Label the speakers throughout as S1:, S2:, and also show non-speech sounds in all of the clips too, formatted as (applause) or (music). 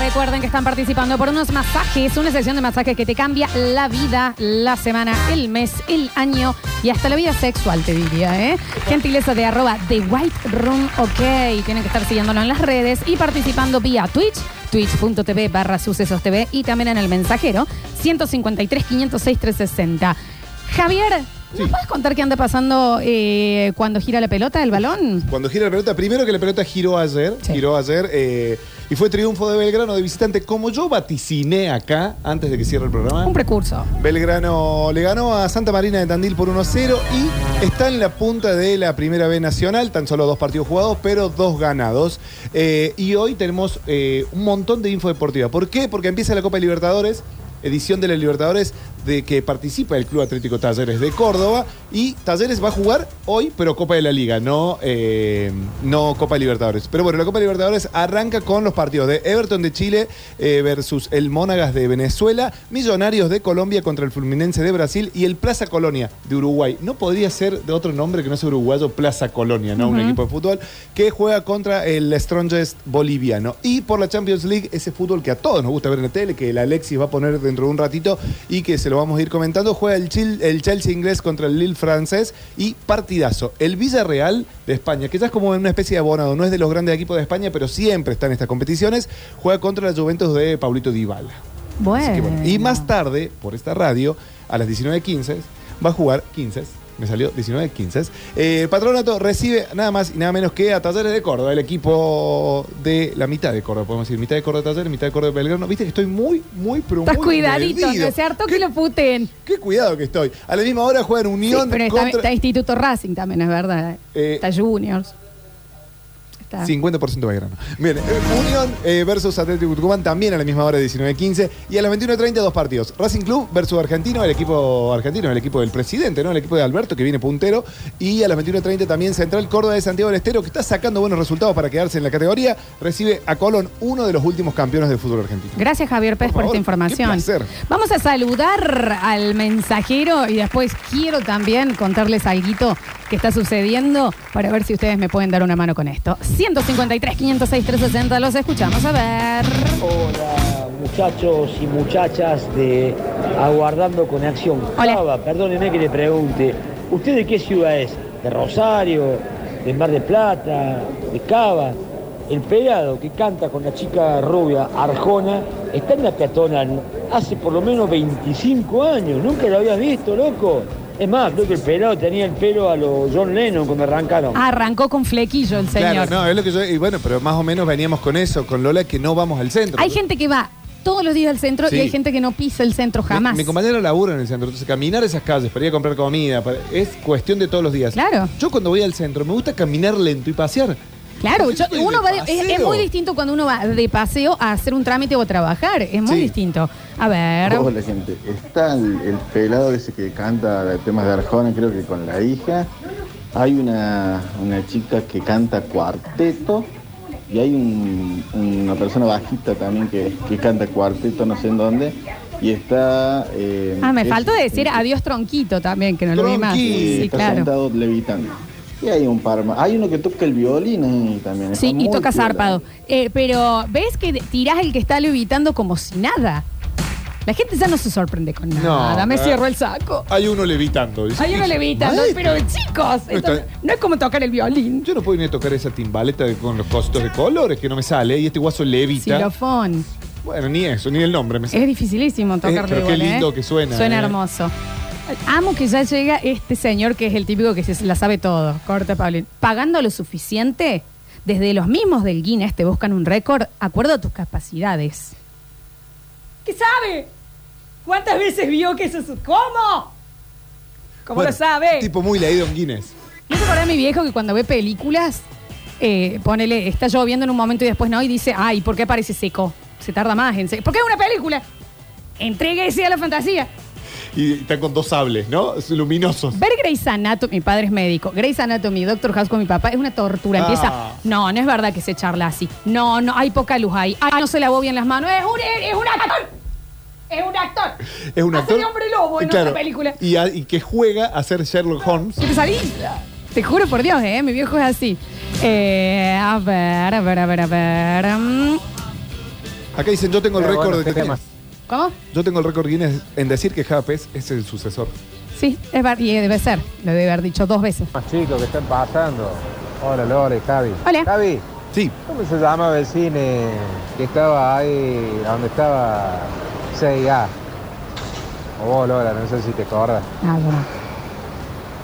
S1: Recuerden que están participando por unos masajes, una sesión de masajes que te cambia la vida, la semana, el mes, el año y hasta la vida sexual, te diría, ¿eh? Gentileza de arroba The White Room OK. Tienen que estar siguiéndolo en las redes y participando vía Twitch, twitch.tv barra sucesos TV y también en el mensajero 153 506 360. Javier, ¿nos
S2: Sí.
S1: puedes contar qué anda pasando eh, cuando gira la pelota, el balón?
S2: Cuando gira la pelota, primero que la pelota giró ayer,
S1: Sí.
S2: giró ayer, eh, y fue triunfo de Belgrano de visitante, como yo vaticiné acá antes de que cierre el programa.
S1: Un precurso.
S2: Belgrano le ganó a Santa Marina de Tandil por 1-0 y está en la punta de la Primera B Nacional, tan solo dos partidos jugados, pero dos ganados. Eh, y hoy tenemos eh, un montón de info deportiva. ¿Por qué? Porque empieza la Copa de Libertadores, edición de la Libertadores de que participa el Club Atlético Talleres de Córdoba y Talleres va a jugar hoy, pero Copa de la Liga, no, eh, no Copa de Libertadores. Pero bueno, la Copa de Libertadores arranca con los partidos de Everton de Chile eh, versus el Mónagas de Venezuela, Millonarios de Colombia contra el Fluminense de Brasil y el Plaza Colonia de Uruguay. No podría ser de otro nombre que no sea uruguayo, Plaza Colonia, ¿no? Un equipo de fútbol que juega contra el Strongest boliviano. Y por la Champions League, ese fútbol que a todos nos gusta ver en la tele, que el Alexis va a poner dentro de un ratito y que se lo vamos a ir comentando, juega el, Chil- el Chelsea inglés contra el Lille francés y partidazo. El Villarreal de España, que ya es como una especie de abonado, no es de los grandes equipos de España, pero siempre está en estas competiciones, juega contra la Juventus de Paulito Dybala. Así que
S1: Bueno.
S2: bueno. Y más tarde, por esta radio, a las 19.15, va a jugar 15. Me salió 19.15. Eh, Patronato recibe nada más y nada menos que a Talleres de Córdoba, el equipo de la mitad de Córdoba, podemos decir, mitad de Córdoba Talleres, mitad de Córdoba Belgrano. Viste que estoy muy, muy, pero
S1: Estás
S2: muy
S1: cuidadito,
S2: medido.
S1: no es harto
S2: ¿Qué,
S1: que lo puten.
S2: qué cuidado que estoy. A la misma hora juegan
S1: Sí,
S2: Unión
S1: pero está,
S2: contra...
S1: está Instituto Racing también, es verdad.
S2: Eh,
S1: está Juniors. Está.
S2: 50% Belgrano. Bien, eh, Unión eh, versus Atlético Tucumán también a la misma hora, 19.15. Y a las 21.30, dos partidos. Racing Club versus Argentino, el equipo argentino, el equipo del presidente, ¿no? El equipo de Alberto, que viene puntero. Y a las 21.30 también Central Córdoba de Santiago del Estero, que está sacando buenos resultados para quedarse en la categoría. Recibe a Colón, uno de los últimos campeones del fútbol argentino.
S1: Gracias Javier Pérez por,
S2: Por favor,
S1: esta información.
S2: qué placer.
S1: Vamos a saludar al mensajero y después quiero también contarles algo que está sucediendo para ver si ustedes me pueden dar una mano con esto. 153, 506, 360, los escuchamos. A ver.
S3: Hola muchachos y muchachas de Aguardando con Acción.
S1: Hola.
S3: Java, perdónenme que le pregunte, ¿usted de qué ciudad es? ¿De Rosario? ¿De Mar de Plata? ¿De Cava? El pelado que canta con la chica rubia Arjona está en la peatonal hace por lo menos 25 años. Nunca lo había visto, loco. Es más, creo que el pelado tenía el pelo a los John Lennon cuando arrancaron.
S1: Arrancó con flequillo el señor.
S2: Claro, no, es lo que yo. Y bueno, pero más o menos veníamos con eso, con Lola, que no vamos al centro.
S1: Hay gente que va todos los días al centro
S2: Sí.
S1: y hay gente que no pisa el centro jamás.
S2: Mi, mi compañero labura en el centro, entonces caminar esas calles para ir a comprar comida para- es cuestión de todos los días.
S1: Claro.
S2: Yo cuando voy al centro me gusta caminar lento y pasear.
S1: Claro, yo-
S2: Estoy de
S1: uno va de- es,
S2: paseo.
S1: es muy distinto cuando uno va de paseo a hacer un trámite o a trabajar. Es muy
S2: Sí.
S1: distinto. A ver. ah,
S4: Hola gente, está el, el pelado ese que canta temas de Arjona, creo que con la hija. Hay una, una chica que canta cuarteto y hay un- una persona bajita también que, que canta cuarteto, no sé en dónde. Y está... eh,
S1: Ah, me
S4: es-
S1: faltó decir adiós tronquito también, que no lo vi más.
S2: Tronqui.
S4: Sí,
S1: Sí,
S4: está
S1: claro.
S4: sentado levitando. Y hay un par más. Hay uno que toca el violín ahí también. está
S1: Sí, y
S4: muy
S1: toca
S4: piola.
S1: zarpado. Eh, pero ves que tirás el que está levitando como si nada. La gente ya no se sorprende con nada. me
S2: eh.
S1: cierro el saco.
S2: Hay uno levitando. dice.
S1: Hay uno levitando,
S2: Maestro,
S1: pero chicos,
S2: No está-
S1: entonces, no es como tocar el violín.
S2: Yo no puedo ni tocar esa timbaleta de- con los cositos de colores que no me sale y este guaso levita.
S1: Xilofón.
S2: Bueno, ni eso, ni el nombre me sale.
S1: Es dificilísimo tocarlo
S2: pero qué
S1: igual,
S2: lindo
S1: ¿eh?
S2: que suena,
S1: Suena
S2: ¿eh?
S1: hermoso. Amo que ya llega este señor que es el típico que se la sabe todo. Corta, Pablín. Pagando lo suficiente, desde los mismos del Guinness te buscan un récord acuerdo a tus capacidades. ¿Qué sabe? ¿Cuántas veces vio que eso es cómo? ¿Cómo
S2: Bueno,
S1: lo sabe?
S2: Tipo muy leído en Guinness.
S1: ¿No se acuerda de mi viejo que cuando ve películas, eh, ponele, está lloviendo en un momento y después no, y dice, ay, ¿por qué parece seco? Se tarda más en seco. ¿Por qué es una película? Entréguese a la fantasía.
S2: Y están con dos sables, ¿no? Luminosos.
S1: Ver Grey's Anatomy, mi padre es médico. Grey's Anatomy, Doctor House con mi papá, es una tortura.
S2: Ah.
S1: Empieza, no, no es verdad que se charla así. No, no, hay poca luz ahí. Ay, no se lavó bien las manos. Es un, es, es un actor. Es un actor.
S2: Es un
S1: Hace
S2: actor.
S1: de hombre lobo en
S2: Eh, claro.
S1: otra película.
S2: Y, a- y que juega a ser Sherlock Holmes.
S1: ¡Qué pesadilla! Te juro por Dios, ¿eh? Mi viejo es así. Eh, a ver, a ver, a ver, a ver. Mm.
S2: Acá dicen, yo tengo el
S5: Pero
S2: récord
S5: bueno, este
S2: de
S5: qué temas.
S1: ¿Cómo?
S2: Yo tengo el récord Guinness en decir que Japes es el sucesor.
S1: Sí, es ver- y debe ser. Lo debe haber dicho dos veces.
S5: Más chicos que están pasando. Hola, Lore, Javi.
S1: Hola.
S5: Javi,
S2: Sí.
S5: ¿cómo se llamaba el cine que estaba ahí, donde estaba 6A? O vos, Lola, no sé si te acordás.
S1: Ah, bueno.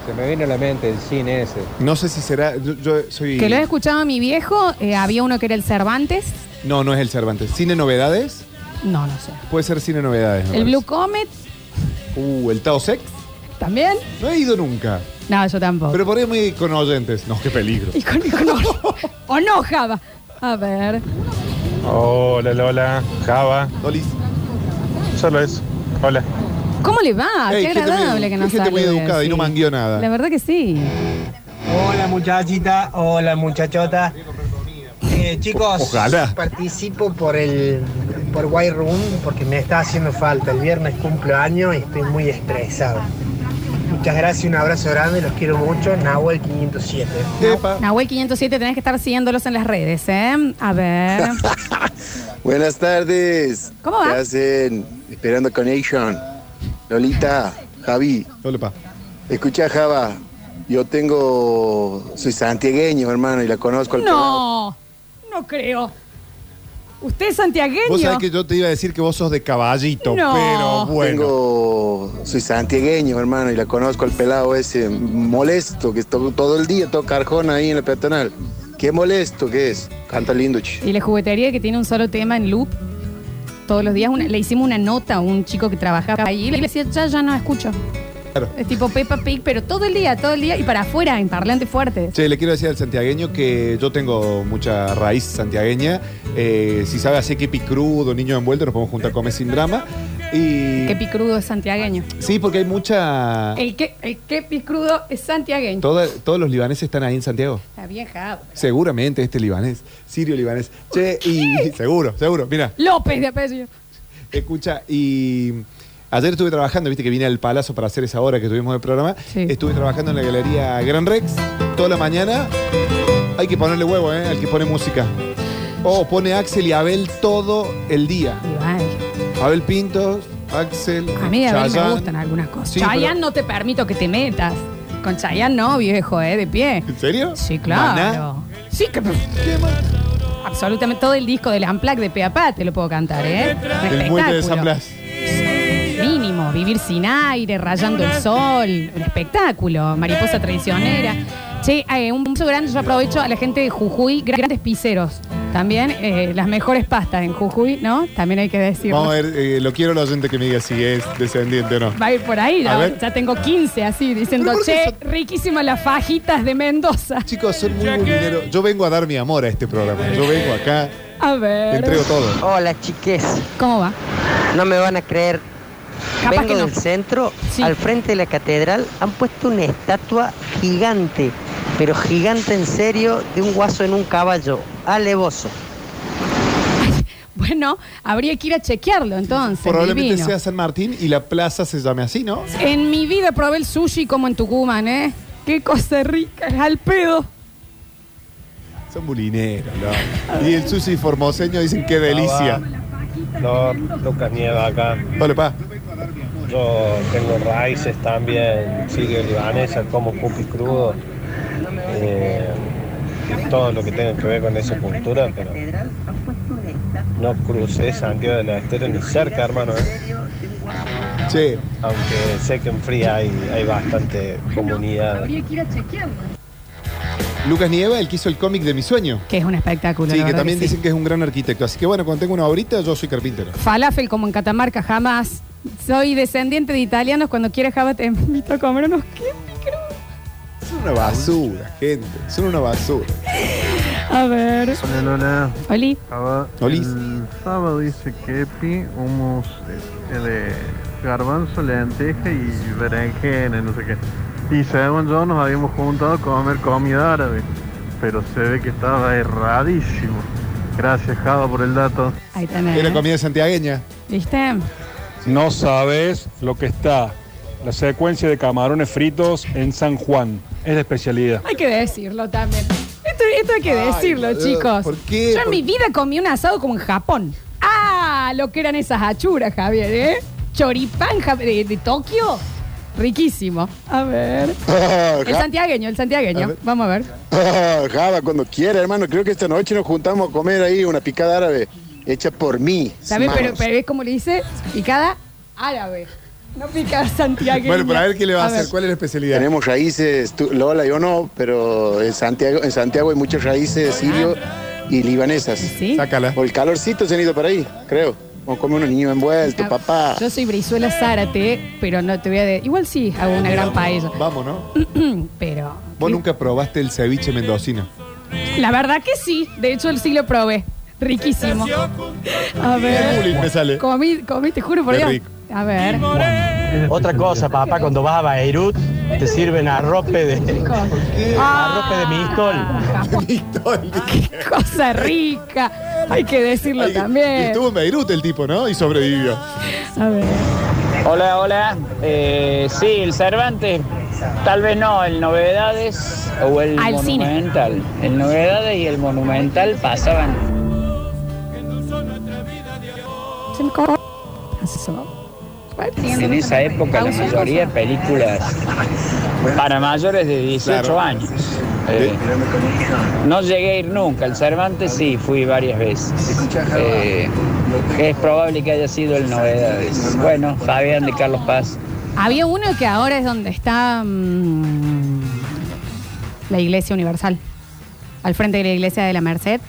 S5: Se me vino a la mente el cine ese.
S2: No sé si será. Yo, yo soy.
S1: Que lo he escuchado a mi viejo. eh, había uno que era el Cervantes.
S2: No, no es el Cervantes. ¿Cine Novedades?
S1: No, no sé.
S2: Puede ser Cine Novedades. me
S1: El Blue
S2: parece.
S1: Comet
S2: Uh, el Tao Sex.
S1: también.
S2: No he ido nunca.
S1: No, yo tampoco.
S2: Pero por ahí me con oyentes. No, qué peligro.
S1: (laughs) Y con, y con-
S2: (laughs)
S1: o no, Java. A ver.
S6: Hola Lola, Java,
S2: Dolis.
S6: solo eso. Hola.
S1: ¿Cómo le va?
S2: Ey,
S1: Qué
S2: gente muy-
S1: agradable que nos
S2: gente muy
S1: salude,
S2: educada y no mangueó nada.
S1: La verdad que sí.
S7: Hola muchachita, hola muchachota. Eh, chicos,
S2: Ojalá.
S7: participo por el por White Room porque me está haciendo falta. El viernes cumplo año y estoy muy estresado. Muchas gracias, un abrazo grande, los quiero mucho. Nahuel 507.
S2: Epa.
S1: Nahuel 507, tenés que estar siguiéndolos en las redes, ¿eh? A
S2: (laughs)
S1: ver.
S8: Buenas tardes.
S1: ¿Cómo va?
S8: ¿Qué hacen? Esperando Connection. Lolita, Javi,
S2: Doble pa.
S8: escucha Java. Yo tengo. Soy santiagueño, hermano, y la conozco al pelado.
S1: No, no creo. ¿Usted es santiagueño?
S2: Vos sabés que yo te iba a decir que vos sos de caballito,
S1: No.
S2: pero bueno.
S8: Tengo, soy santiagueño, hermano, y la conozco al pelado ese molesto que to- todo el día toca arjona ahí en la peatonal. Qué molesto que es. Canta lindo, che.
S1: Y la juguetería que tiene un solo tema en loop. Todos los días una- le hicimos una nota a un chico que trabajaba ahí y le decía, ya, ya no escucho.
S2: Claro.
S1: Es tipo Peppa Pig, pero todo el día, todo el día y para afuera, en parlante fuerte.
S2: Che, le quiero decir al santiagueño que yo tengo mucha raíz santiagueña. Eh, si sabe así que crudo, niño envuelto, nos podemos juntar a comer sin drama. Y.
S1: Qué picrudo es santiagueño.
S2: Sí, porque hay mucha.
S1: El que, el que picrudo es santiagueño.
S2: Toda- todos los libaneses están ahí en Santiago.
S1: Está bien, Java.
S2: Seguramente este libanés, sirio libanés. Che, y seguro, seguro. Mira,
S1: López de apellido.
S2: escucha, y ayer estuve trabajando, viste que vine al Palazo para hacer esa hora que tuvimos el programa.
S1: Sí.
S2: Estuve trabajando en la galería Gran Rex toda la mañana. Hay que ponerle huevo, ¿eh? Al que pone música. O pone Axel y Abel todo el día.
S1: Y vaya.
S2: Abel Pintos, Axel.
S1: A mí de Abel me
S2: Chayanne.
S1: gustan algunas cosas.
S2: Sí,
S1: Chayanne
S2: pero-
S1: no te permito que te metas. Con Chayanne no, viejo, ¿eh? De pie.
S2: ¿En serio?
S1: Sí, claro.
S2: Maná.
S1: Sí, que...
S2: ¿Qué más?
S1: Absolutamente todo el disco del Amplac de Peapá te lo puedo cantar, ¿eh? Un
S2: El muelle de San
S1: espectáculo.
S2: Blas.
S1: Mínimo, vivir sin aire, rayando el sol, un espectáculo, mariposa traicionera. Che, eh, un beso grande, yo aprovecho a la gente de Jujuy, gra- grandes piseros. También eh, las mejores pastas en Jujuy, ¿no? También hay que decirlo.
S2: Vamos a ver, eh, lo quiero la gente que me diga si es descendiente o no.
S1: Va a ir por ahí,
S2: A
S1: ya,
S2: ver.
S1: ya tengo 15 así, diciendo,
S2: ¿Pero por qué
S1: che, riquísimas las fajitas de Mendoza.
S2: Chicos, son muy vulneros. Yo vengo a dar mi amor a este programa. Yo vengo acá,
S1: A
S2: te
S1: ver.
S2: entrego todo.
S9: Hola chiques,
S1: ¿Cómo va?
S9: no me van a creer.
S1: Capaz
S9: Vengo
S1: que no.
S9: del centro,
S1: Sí.
S9: al frente de la catedral han puesto una estatua gigante, pero gigante en serio, de un guaso en un caballo, alevoso.
S1: Bueno, habría que ir a chequearlo entonces.
S2: Probablemente
S1: divino.
S2: sea San Martín y la plaza se llame así, ¿no?
S1: En mi vida probé el sushi como en Tucumán, ¿eh? Qué cosa rica, es al pedo.
S2: Son bulineros, ¿no? Y el sushi formoseño dicen
S6: Ah,
S2: qué delicia.
S6: No, Lucas Nieva acá.
S2: Vale, pa.
S6: Yo tengo raíces también, sigue libanesa, como cookies crudo. Eh, todo lo que tenga que ver con esa cultura, pero no crucé Santiago de la Estero ni cerca, hermano. eh.
S2: Che,
S6: Aunque sé que en Fría hay, hay bastante comunidad.
S2: Lucas Nieva, el que hizo el cómic de mi sueño.
S1: Que es un espectáculo.
S2: Sí,
S1: la
S2: que
S1: verdad
S2: también
S1: que sí.
S2: dicen que es un gran arquitecto. Así que bueno, cuando tengo una horita, yo soy carpintero.
S1: Falafel como en Catamarca, jamás. Soy descendiente de italianos, cuando quieras Java te invito a comer unos quepicros.
S2: Son una basura, gente. Son una basura.
S1: A ver.
S10: Hola Lola,
S1: Oli,
S10: Java.
S2: Olis.
S10: El sábado hice kepi, hummus eh, de garbanzo, lenteja y berenjena, no sé qué. Y según yo nos habíamos juntado a comer comida árabe, pero se ve que estaba erradísimo. Gracias Java por el dato.
S1: ahí tenés. ¿eh?
S2: Era comida santiagueña.
S1: ¿Viste?
S6: No sabes lo que está. La secuencia de camarones fritos en San Juan. Es de especialidad.
S1: Hay que decirlo también. Esto, esto hay que
S2: Ay,
S1: decirlo,
S2: boludo,
S1: chicos.
S2: ¿por qué?
S1: Yo en
S2: ¿Por-
S1: mi vida comí un asado como en Japón. Ah, lo que eran esas achuras, Javier, ¿eh? Choripán Jav- de, de Tokio. Riquísimo. A ver. El
S8: (laughs) Ja-
S1: santiagueño, el santiagueño. Vamos a ver.
S8: Java, cuando quiera, hermano. Creo que esta noche nos juntamos a comer ahí una picada árabe hecha por mí.
S1: ¿Sabes? Pero,
S8: manos.
S1: pero es como le dice, picada árabe. No picada santiagueña.
S2: Bueno, para ver qué le va a, hacer,
S1: ver.
S2: cuál es la especialidad.
S8: Tenemos raíces, tú- Lola, yo no, pero en Santiago, en Santiago hay muchas raíces sirio y libanesas.
S1: ¿Sí?
S2: Sácala.
S8: Por el calorcito se han ido para ahí, creo. O come unos niños envueltos,
S1: Ah,
S8: papá.
S1: Yo soy Brizuela Zárate, pero no te voy a... de- Igual sí, hago una gran paella. (clears throat)
S2: Vamos, ¿no?
S1: Pero...
S2: Vos nunca probaste el ceviche mendocino.
S1: La verdad que sí. De hecho, el sí lo probé. Riquísimo. A ver.
S2: me sale. (laughs)
S1: Comí, comí, te juro por
S2: Qué
S1: Dios.
S2: rico.
S1: A ver.
S3: Otra cosa, papá, cuando vas a Beirut, te sirven arrope de, arrope de mistol. (laughs)
S1: Qué cosa rica. Hay que decirlo
S2: Ay, y
S1: también.
S2: estuvo en Beirut el tipo, ¿no? Y sobrevivió.
S1: A ver.
S3: Hola, hola. Eh, sí, el Cervantes. Tal vez no, el Novedades o el
S1: Al cine.
S3: Monumental. El Novedades y el Monumental pasaban.
S1: Se me cortó. Eso. Bueno,
S3: En esa época la
S1: Pausa.
S3: mayoría de películas para mayores de 18
S2: Claro.
S3: años. Eh, no llegué a ir nunca. El Cervantes sí, fui varias veces. Eh, es probable que haya sido el Novedades. Bueno, Fabián de Carlos Paz.
S1: Había uno que ahora es donde está mm, la Iglesia Universal, al frente de la Iglesia de la Merced.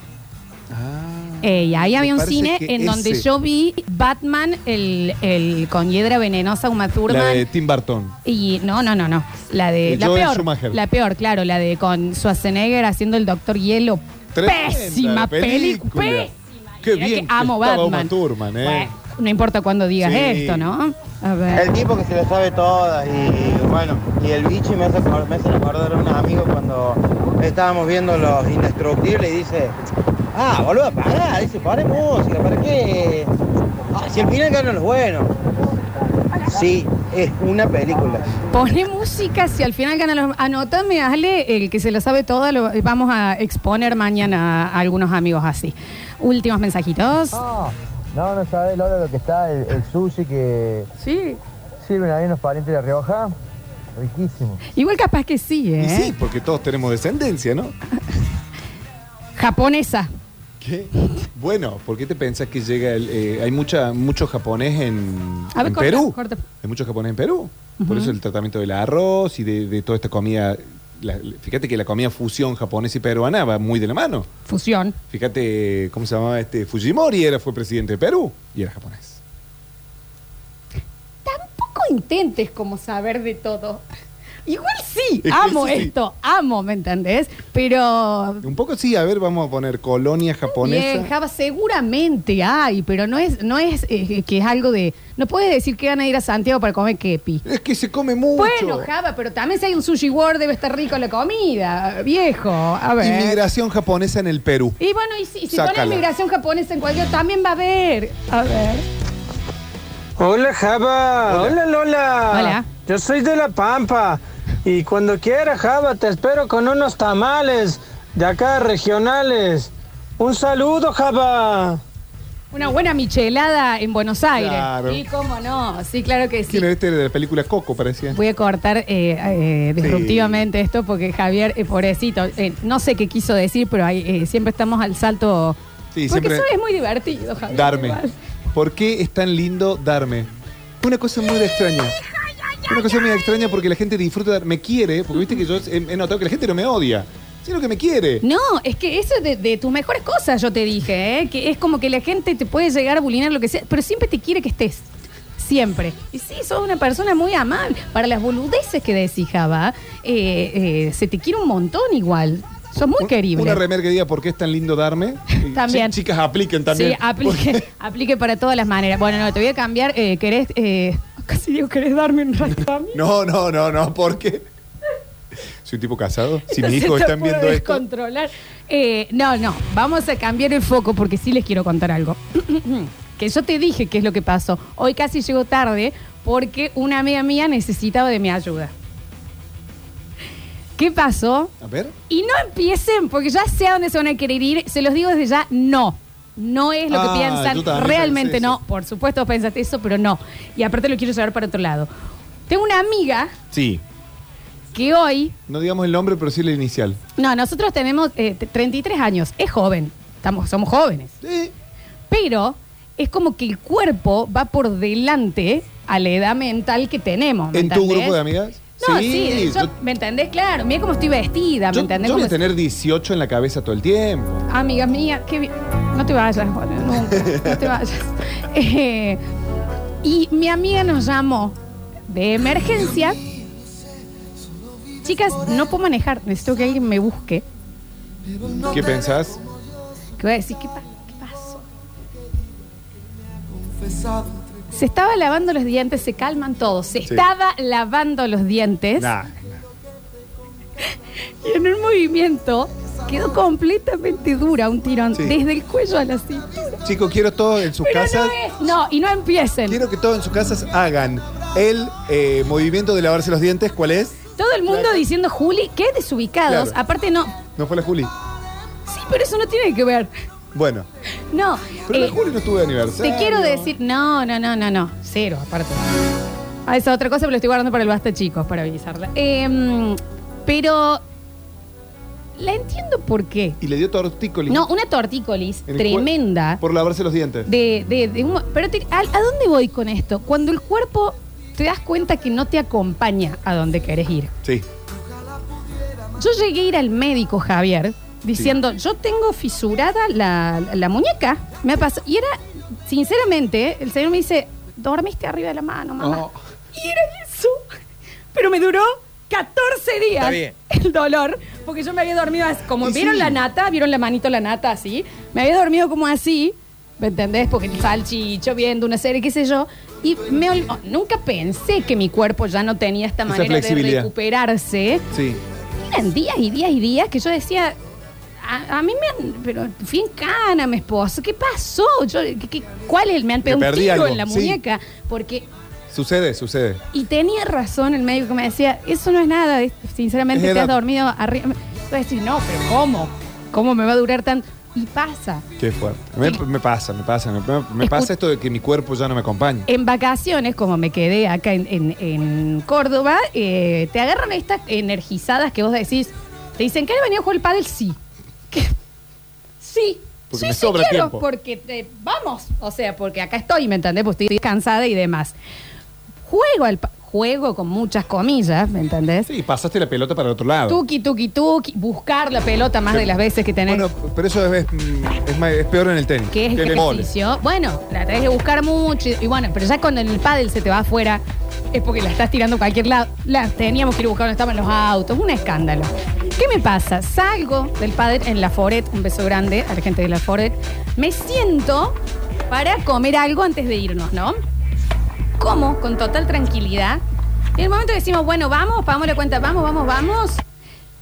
S1: Eh, y ahí
S2: Ah, me
S1: había un
S2: parece
S1: cine
S2: que
S1: en donde
S2: ese.
S1: yo vi Batman, el, el con hiedra venenosa, Uma
S2: La
S1: Thurman.
S2: de Tim Burton.
S1: Y no, no, no, no. La de.
S2: De
S1: La
S2: Joel
S1: peor.
S2: Schumacher.
S1: La peor, claro. La de con Schwarzenegger haciendo el Doctor Hielo.
S2: Tremenda
S1: Pésima
S2: la
S1: película.
S2: película.
S1: Pésima.
S2: Qué
S1: Mirá
S2: bien
S1: que amo
S2: que estaba
S1: Batman.
S2: Uma Thurman, ¿eh?
S1: Bueno, no importa cuando digas
S2: Sí.
S1: esto, ¿no? A ver.
S3: tipo que se la sabe todas y bueno, y el bicho me hace, acor- me hace recordar a unos amigos cuando estábamos viendo los indestructibles y dice, ah, boludo, pará, dice, pare música, ¿para qué? Ah, si el final gana los buenos. Sí, es una película.
S1: Pone música si al final ganan los. Anótame, Ale, el que se lo sabe todo, lo vamos a exponer mañana a algunos amigos así. Últimos mensajitos.
S3: No, no sabes, Lola, lo que está, el, sushi que
S1: Sí.
S3: sirven ahí unos parientes de La Rioja, riquísimo.
S1: Igual capaz que sí, ¿eh?
S2: Y sí, porque todos tenemos descendencia, ¿no?
S1: Japonesa.
S2: ¿Qué? Bueno, ¿por qué te pensás que llega el, eh, hay mucha, mucho japonés en,
S1: A ver,
S2: en
S1: corta,
S2: Perú?
S1: corta.
S2: Hay mucho japonés en Perú. Por eso el tratamiento del arroz y de, de toda esta comida. la- fíjate que la comida fusión japonesa y peruana va muy de la mano.
S1: Fusión.
S2: Fíjate cómo se llamaba este Fujimori, era, fue presidente de Perú y era japonés.
S1: Tampoco intentes como saber de todo. Igual sí,
S2: Es que
S1: amo
S2: eso sí.
S1: esto, amo, ¿me entendés? Pero
S2: Un poco sí, a ver, vamos a poner colonia japonesa.
S1: bien, Java, seguramente hay, pero no es, no es eh, que es algo de. No puedes decir que van a ir a Santiago para comer kepi.
S2: es que se come mucho.
S1: Bueno, Java, pero también si hay un sushi world debe estar rico la comida, viejo. A ver.
S2: Inmigración japonesa en el Perú.
S1: Y bueno, y si, si
S2: Sácala.
S1: pones inmigración japonesa en cualquier, también va a haber. A ver.
S3: Hola Java, hola, Lola.
S1: Hola.
S3: Yo soy de La Pampa y cuando quiera Java te espero con unos tamales de acá regionales. Un saludo Java.
S1: Una buena michelada en Buenos Aires.
S2: Claro.
S1: Sí, cómo no. Sí, claro que sí.
S2: ¿Quién era este Era de la película Coco, parecía?
S1: Voy a cortar eh, eh, disruptivamente esto porque Javier, eh, pobrecito, eh, no sé qué quiso decir, pero ahí, eh, siempre estamos al salto. porque
S2: Sí, siempre-
S1: eso es muy divertido, Javier.
S2: Darme.
S1: igual.
S2: ¿Por qué es tan lindo darme? Una cosa muy extraña. Una cosa muy extraña porque la gente disfruta, dar- me quiere, porque viste que yo he, he notado que la gente no me odia, sino que me quiere.
S1: No, es que eso es de, de tus mejores cosas, yo te dije, ¿eh? que es como que la gente te puede llegar a bulinar lo que sea, pero siempre te quiere que estés. Siempre. Y sí, sos una persona muy amable. Para las boludeces que decís, Java, eh, eh, se te quiere un montón igual. Sos muy
S2: Un-
S1: querible.
S2: Una remer que diga por qué es tan lindo darme. Y
S1: (laughs) También.
S2: chi- Chicas, apliquen también.
S1: Sí,
S2: (laughs)
S1: aplique, aplique para todas las maneras. Bueno, no, te voy a cambiar. eh, ¿Querés? eh, (laughs) casi digo, ¿querés darme un rato a mí?
S2: No, no, no, no, ¿por qué? Soy un tipo casado.
S1: (laughs)
S2: Si mis
S1: Entonces
S2: hijos
S1: te
S2: están
S1: puedo
S2: viendo esto.
S1: descontrolar. Eh, no, no, vamos a cambiar el foco porque sí les quiero contar algo. (clears throat) que yo te dije qué es lo que pasó. Hoy casi llego tarde porque una amiga mía necesitaba de mi ayuda. ¿Qué pasó?
S2: A ver.
S1: Y no empiecen, porque ya sé a dónde se van a querer ir. Se los digo desde ya, no. No es lo
S2: Ah,
S1: que
S2: tú
S1: piensan,
S2: también
S1: realmente
S2: pensás
S1: no.
S2: eso.
S1: Por supuesto pensaste eso, pero no. Y aparte lo quiero llevar para otro lado. Tengo una amiga
S2: Sí.
S1: que hoy
S2: No digamos el nombre, pero sí la inicial.
S1: No, nosotros tenemos eh, t- 33 años. Es joven. Estamos, somos jóvenes.
S2: Eh,
S1: Pero es como que el cuerpo va por delante a la edad mental que tenemos. ¿me
S2: ¿En tu
S1: entendés?
S2: grupo de amigas?
S1: No, sí. yo-
S2: yo-
S1: ¿Me entendés? Claro. Mira cómo estoy vestida. ¿Me
S2: Yo,
S1: entendés? pues.
S2: yo voy
S1: Cómo
S2: a
S1: es-
S2: tener 18 en la cabeza todo el tiempo.
S1: Amiga mía, qué bien. No te vayas, Juan, nunca. No te
S2: (laughs)
S1: vayas. Eh, y mi amiga nos llamó de emergencia. Chicas, no puedo manejar. Necesito que alguien me busque.
S2: ¿Qué pensás?
S1: Que voy a decir, ¿qué, pa- qué pasó? Se estaba lavando los dientes, se calman todos. Se estaba lavando los dientes
S2: Nah.
S1: y en un movimiento quedó completamente dura un tirón
S2: Sí.
S1: desde el cuello a la cintura.
S2: Chicos, quiero todo en sus
S1: Pero
S2: casas.
S1: no es, no, y no empiecen.
S2: Quiero que todos en sus casas hagan el eh, movimiento de lavarse los dientes. ¿Cuál es?
S1: Todo el mundo diciendo, Juli, qué desubicados.
S2: Claro.
S1: Aparte, no.
S2: No fue la Juli.
S1: Sí, pero eso no tiene que ver.
S2: Bueno,
S1: No.
S2: pero
S1: eh,
S2: la Juli no estuvo de aniversario.
S1: Te quiero decir, no, no, no, no, no, cero, aparte. Ah, esa otra cosa, pero lo estoy guardando para el basta, chicos, para avisarla. Em, pero la entiendo por qué.
S2: Y le dio tortícolis.
S1: No, una tortícolis
S2: En el cuer-
S1: tremenda.
S2: Por lavarse los dientes.
S1: De, de- de un- pero te- ¿a, a dónde voy con esto? Cuando el cuerpo te das cuenta que no te acompaña a donde querés ir.
S2: Sí.
S1: Yo llegué a ir al médico, Javier, diciendo, yo tengo fisurada la, la muñeca. Me pasó. Y era, sinceramente, el señor me dice, dormiste arriba de la mano, mamá.
S11: Oh.
S1: Y era eso. Pero me duró 14 días
S11: Está bien.
S1: el dolor, porque yo me había dormido así, como
S11: Y
S1: vieron
S11: sí.
S1: la nata, vieron la manito la nata así, me había dormido como así, ¿me entendés? Porque el salchicho viendo una serie, qué sé yo, y me ol- oh, nunca pensé que mi cuerpo ya no tenía esta
S2: Esa
S1: manera de
S2: flexibilidad.
S1: recuperarse.
S2: Sí.
S1: Eran días y días y días que yo decía, a, a mí me han, pero fui en cana, mi esposo, ¿qué pasó? Yo, ¿qué- qué- ¿Cuál es? el- Me han pegado un
S2: perdí
S1: tiro
S2: algo,
S1: en la
S2: sí.
S1: muñeca, porque
S2: Sucede, sucede.
S1: y tenía razón el médico que me decía, eso no es nada, es- sinceramente
S2: Es
S1: te has
S2: edad.
S1: dormido arriba. Yo voy a decir, no, pero ¿cómo? ¿Cómo me va a durar tanto? Y pasa.
S2: Qué fuerte. Me, me pasa, me pasa. Me, me pasa esto de que mi cuerpo ya no me acompaña.
S1: En vacaciones, como me quedé acá en, en- en Córdoba, eh, te agarran estas energizadas que vos decís, te dicen, ¿querés venir a jugar al pádel? Sí. ¿Qué? Sí.
S2: Porque
S1: sí,
S2: me
S1: sí
S2: sobra
S1: quiero,
S2: tiempo.
S1: porque te- vamos. O sea, porque acá estoy, ¿me entendés? Porque estoy cansada y demás. Juego al pa- juego con muchas comillas, ¿me entendés?
S2: Sí, pasaste la pelota para el otro lado.
S1: Tuki, tuki, tuki. Buscar la pelota más de las veces que tenés.
S2: Bueno, pero eso es, es, es más- es peor en el tenis.
S1: que es
S2: Que
S1: el
S2: en el vóley.
S1: ejercicio. Bueno, la tenés que buscar mucho. Y, y bueno, pero ya cuando el pádel se te va afuera, es porque la estás tirando a cualquier lado. La teníamos que ir a buscar donde estaban los autos. Un escándalo. ¿Qué me pasa? Salgo del pádel en la Foret. Un beso grande a la gente de la Foret. Me siento para comer algo antes de irnos, ¿no? Como con total tranquilidad. En el momento que decimos, bueno, vamos, pagamos la cuenta, vamos, vamos, vamos.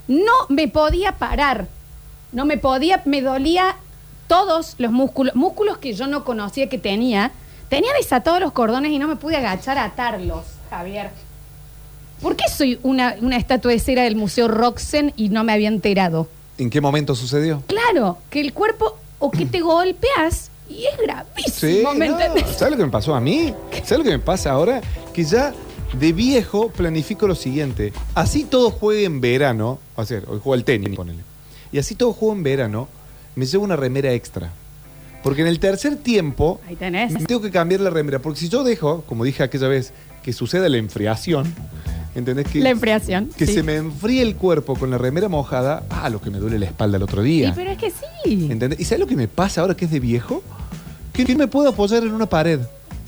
S1: No me podía parar. No me podía, me dolía todos los músculos, músculos que yo no conocía que tenía. Tenía desatados los cordones y no me pude agachar a atarlos, Javier. ¿Por qué soy una, una estatua de cera del Museo Roxen y no me había enterado?
S2: ¿En qué momento sucedió?
S1: Claro, que el cuerpo o que te golpeas y es gravísimo, ¿me
S2: no.
S1: entendés?
S2: ¿Sabes lo que me pasó a mí? ¿Sabes lo que me pasa ahora? Que ya de viejo planifico lo siguiente. Así todo juegue en verano. O sea, hoy juego al tenis, ponele. Y así todo juego en verano, me llevo una remera extra. Porque en el tercer tiempo
S1: Ahí tenés.
S2: me tengo que cambiar la remera. Porque si yo dejo, como dije aquella vez, que suceda la enfriación, ¿entendés? Que,
S1: La enfriación.
S2: que
S1: sí.
S2: se me enfríe el cuerpo con la remera mojada, ah, lo que me duele la espalda el otro día.
S1: Sí, pero es que sí.
S2: ¿Entendés? ¿Y sabes lo que me pasa ahora que es de viejo? Que no me puedo apoyar en una pared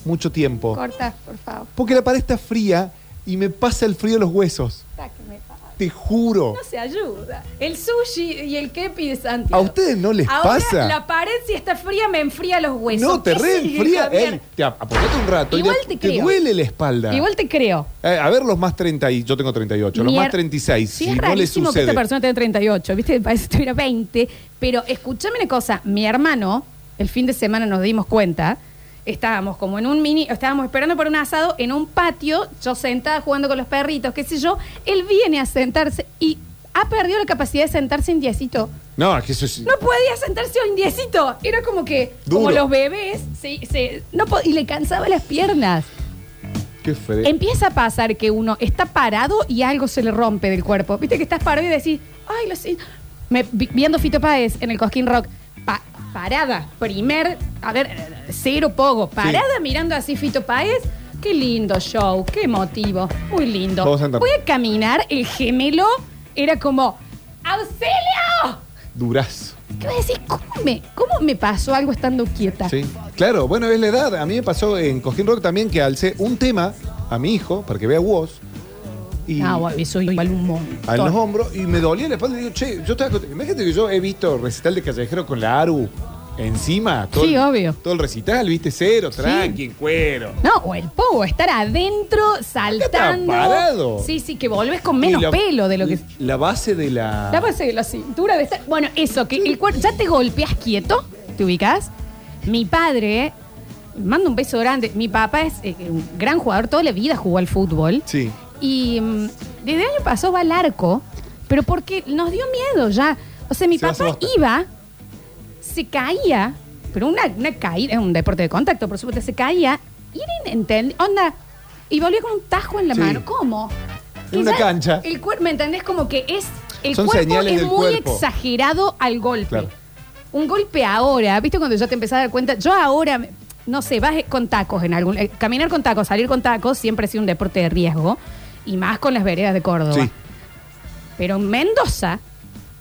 S2: mucho tiempo.
S1: Corta, por favor.
S2: Porque la pared está fría y me pasa el frío a los huesos.
S1: sáqueme, por favor.
S2: Te juro.
S1: No se ayuda. El sushi y el kepi de Santi.
S2: ¿A ustedes no les
S1: Ahora
S2: pasa?
S1: la pared si está fría me enfría los huesos.
S2: No, te
S1: ¿Qué sigue,
S2: reenfría.
S1: Javier?
S2: Ey, te ap- apoyate un rato. y
S1: Igual
S2: te,
S1: te creo.
S2: duele la espalda.
S1: Igual te creo.
S2: Eh, a ver los más 30 y yo tengo 38, los
S1: Mier-
S2: más 36,
S1: Sí,
S2: si
S1: es
S2: no les
S1: rarísimo que
S2: sucede.
S1: esta persona tenga 38, ¿viste? (laughs) Parece que tuviera 20. Pero escúchame una cosa, mi hermano, el fin de semana nos dimos cuenta, estábamos como en un mini, estábamos esperando por un asado en un patio, yo sentada jugando con los perritos, qué sé yo, él viene a sentarse y ha perdido la capacidad de sentarse en diecito.
S2: No, es que eso es.
S1: No podía sentarse un diecito. Era como que, como
S2: Duro.
S1: los bebés, se, se- no po- y le cansaba las piernas.
S2: Qué feo.
S1: Empieza a pasar que uno está parado y algo se le rompe del cuerpo. Viste que estás parado y decís, ay, lo siento. Me, vi- viendo Fito Páez en el Cosquín Rock, pa- parada, primer, a ver, eh, cero pogo, parada mirando así Fito Páez. Qué lindo show, qué emotivo, muy lindo.
S2: Vamos a sentarnos.
S1: Voy a caminar, el gemelo era como, ¡auxilio!
S2: Durazo.
S1: ¿Qué voy a decir? ¿Cómo me, cómo me pasó algo estando quieta?
S2: Sí. Claro, bueno, es la edad. A mí me pasó en Cojín Rock también que alcé un tema a mi hijo para que vea Woz. Y
S1: Ah, bueno, eso igual un montón.
S2: a los hombros y me dolía la espalda. Y digo, che, yo estaba. con- Imagínate que yo he visto recital de callejero con la Aru encima. Todo
S1: Sí,
S2: el-
S1: obvio.
S2: Todo el recital, viste, cero, tranqui, en cuero.
S1: No, o el pogo, estar adentro saltando.
S2: parado.
S1: Sí, sí, que volvés con
S2: Y
S1: menos
S2: la-
S1: pelo de lo que.
S2: La base de la.
S1: La base de la cintura de estar. Bueno, eso, que el cuerpo. Ya te golpeas quieto, ¿te ubicas? Mi padre, mando un beso grande. Mi papá es eh, un gran jugador, toda la vida jugó al fútbol.
S2: Sí.
S1: Y mm, desde el año pasado va al arco, pero porque nos dio miedo ya. O sea, mi
S2: Se va
S1: papá
S2: Sebastián.
S1: iba, se caía, pero una, una caída, es un deporte de contacto, por supuesto, se caía y era inenten- Onda, y volvía con un tajo en la
S2: Sí.
S1: mano. ¿Cómo?
S2: En
S1: Y
S2: una
S1: ya
S2: cancha.
S1: El cuerpo, ¿me entendés? Como que es. El
S2: Son
S1: cuerpo
S2: señales
S1: es
S2: del
S1: muy
S2: cuerpo.
S1: exagerado al golpe.
S2: Claro.
S1: Un golpe ahora, ¿viste? Cuando yo te empecé a dar cuenta, yo ahora, me- no sé, vas eh, con tacos en algún. eh, caminar con tacos, salir con tacos, siempre ha sido un deporte de riesgo. Y más con las veredas de Córdoba.
S2: Sí.
S1: Pero en Mendoza,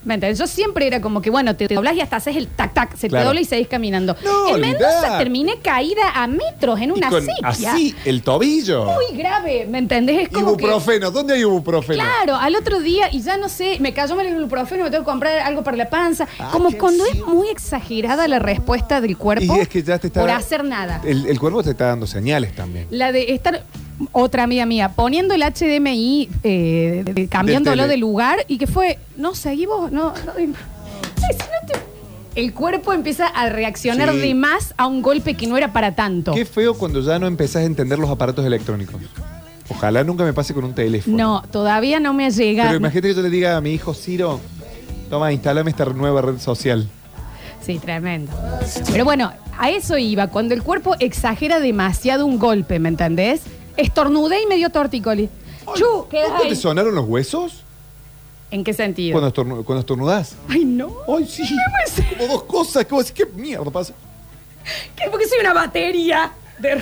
S1: ¿me entendés? Yo siempre era como que, bueno, te doblás y hasta haces el tac-tac, se te
S2: Claro.
S1: dobla y seguís caminando.
S2: No,
S1: en
S2: olvidá.
S1: Mendoza terminé caída a metros en
S2: Y
S1: una
S2: con
S1: acequia.
S2: así el tobillo.
S1: Muy grave, ¿me entendés? Es como que-
S2: ibuprofeno. ¿Dónde hay ibuprofeno?
S1: Claro, al otro día, y ya no sé, me cayó mal el ibuprofeno, me tengo que comprar algo para la panza.
S2: Ah,
S1: Como
S2: qué
S1: cuando es
S2: ansiedad.
S1: muy exagerada la respuesta del cuerpo
S2: Y es que ya te está- eh,
S1: por hacer nada.
S2: El, el cuerpo te está dando señales también.
S1: La de estar, otra amiga mía, poniendo el HDMI, eh, de- de- cambiándolo
S2: tele.
S1: de lugar, y que fue, no, seguí vos, no, no, no, no te- El cuerpo empieza a reaccionar
S2: Sí.
S1: de más a un golpe que no era para tanto.
S2: Qué feo cuando ya no empezás a entender los aparatos electrónicos. Ojalá nunca me pase con un teléfono.
S1: No, todavía no me llega.
S2: Pero imagínate que yo le diga a mi hijo Ciro, toma, instálame esta nueva red social.
S1: Sí, tremendo. Pero bueno, a eso iba. Cuando el cuerpo exagera demasiado un golpe, ¿me entendés? Estornudé y me dio tortícolis. Chu, quedas
S2: ¿Nunca
S1: ahí.
S2: te sonaron los huesos?
S1: ¿En qué sentido?
S2: Cuando, estornu- cuando estornudás.
S1: Ay, no.
S2: Ay, sí. Como dos cosas. ¿Qué, ¿Qué mierda pasa?
S1: ¿Qué? Porque soy una batería. De,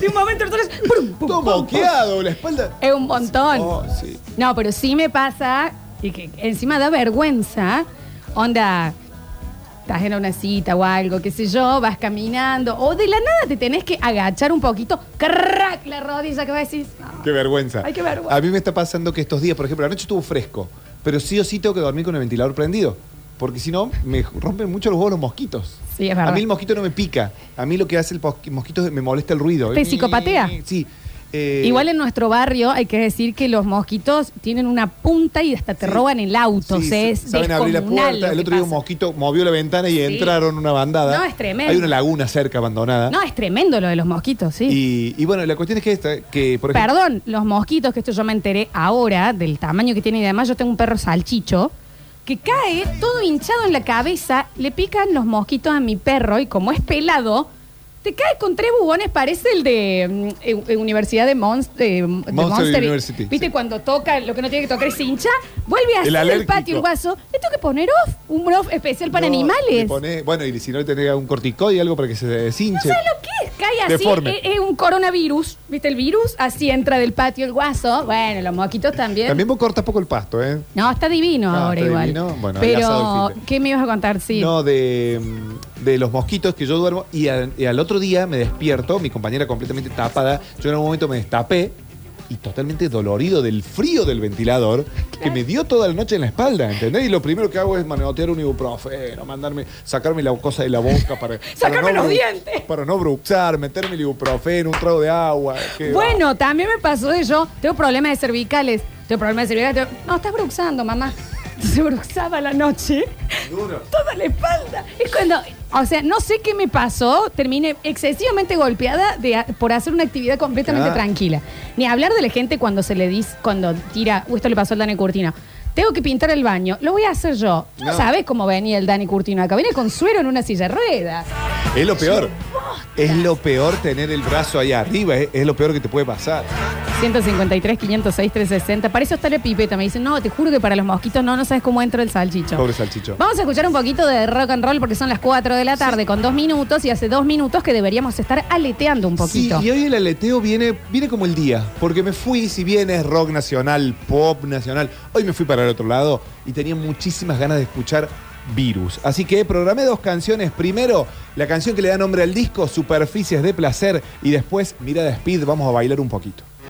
S1: de un momento a otro. brum, pum,
S2: Todo
S1: pum, pum.
S2: moqueado, la espalda.
S1: Es un montón.
S2: Oh, sí.
S1: No, pero sí me pasa, y que encima da vergüenza, onda, estás en una cita o algo, qué sé yo, vas caminando, o de la nada te tenés que agachar un poquito, crack la rodilla que vas a decir,
S2: Qué vergüenza.
S1: Ay, qué vergüenza.
S2: A mí me está pasando que estos días, por ejemplo, la noche estuvo fresco, pero sí o sí tengo que dormir con el ventilador prendido. Porque si no, me rompen mucho los huevos los mosquitos.
S1: Sí, es verdad.
S2: A mí el mosquito no me pica. A mí lo que hace el posqui- mosquito es me molesta el ruido.
S1: ¿Te psicopatea?
S2: Sí. Eh,
S1: Igual en nuestro barrio hay que decir que los mosquitos tienen una punta y hasta te
S2: Sí.
S1: roban el auto.
S2: sí,
S1: o sea, es
S2: saben abrir la
S1: descomunal
S2: puerta.
S1: lo
S2: El
S1: que
S2: otro día un
S1: pasa.
S2: mosquito movió la ventana y entraron una bandada.
S1: No, es tremendo.
S2: Hay una laguna cerca abandonada.
S1: No, es tremendo lo de los mosquitos, sí.
S2: y, y bueno, la cuestión es que esta, que por ejemplo.
S1: Perdón, los mosquitos, que esto yo me enteré ahora del tamaño que tiene y además yo tengo un perro salchicho que cae todo hinchado en la cabeza, le pican los mosquitos a mi perro y como es pelado, te cae con tres bubones, parece el de mm, eh, eh, Universidad de, Monst- eh, de Monster,
S2: University,
S1: Viste,
S2: sí.
S1: cuando toca lo que no tiene que tocar es hincha, vuelve a hacer
S2: El
S1: el
S2: alérgico.
S1: patio, el guaso, le tengo que poner off, un off especial para
S2: No, le
S1: animales.
S2: pone- bueno, y si no, tenés un corticoide, algo para que se deshinche.
S1: ¿Sabes lo que es? Cae así, eh,
S2: Deforme.
S1: es, es un coronavirus, ¿viste? El virus, así entra del patio el guaso. Bueno, los mosquitos también.
S2: También vos cortas poco el pasto, ¿eh?
S1: No, está divino
S2: Ah,
S1: ahora
S2: está
S1: igual.
S2: divino. Bueno, ahí asado
S1: Pero,
S2: el fin de.
S1: ¿qué me ibas a contar? Sí.
S2: No, de, mm, de los mosquitos que yo duermo y al, y al otro día me despierto, mi compañera completamente tapada. Yo en un momento me destapé y totalmente dolorido del frío del ventilador que me dio toda la noche en la espalda, ¿entendés? Y lo primero que hago es manotear un ibuprofeno, mandarme, sacarme la cosa de la boca
S1: (laughs)
S2: para.
S1: Sacarme
S2: para
S1: los
S2: bru-
S1: dientes.
S2: Para no bruxar, meterme el ibuprofeno, un trago de agua. que va.
S1: bueno, también me pasó de yo. Tengo problemas de cervicales. Tengo problemas de cervicales. tengo- No, estás bruxando, mamá. (laughs) Se bruxaba la noche. Toda la espalda. Es cuando. O sea, no sé qué me pasó. Terminé excesivamente golpeada de a- por hacer una actividad completamente
S2: Ah.
S1: tranquila. Ni hablar de la gente cuando se le dice, cuando tira, o esto le pasó al Dani Curtino. Tengo que pintar el baño. Lo voy a hacer yo. Tú no,
S2: No.
S1: sabes cómo venía el Dani Curtino acá. Viene con suero en una silla de ruedas.
S2: Es lo peor. Es lo peor tener el brazo ahí arriba. Es, es lo peor que te puede pasar.
S1: 153, 506, 360. Para eso está la pipeta. Me dicen, no, te juro que para los mosquitos no, no sabes cómo entra el salchicho.
S2: Pobre salchicho.
S1: Vamos a escuchar un poquito de rock and roll porque son las 4 de la tarde con dos minutos y hace dos minutos que deberíamos estar aleteando un poquito.
S2: Sí, y hoy el aleteo viene, viene como el día, porque me fui, si bien es rock nacional, pop nacional, hoy me fui para el otro lado y tenía muchísimas ganas de escuchar Virus. Así que programé dos canciones. Primero, la canción que le da nombre al disco, Superficies de Placer, y después Mirada Speed, vamos a bailar un poquito.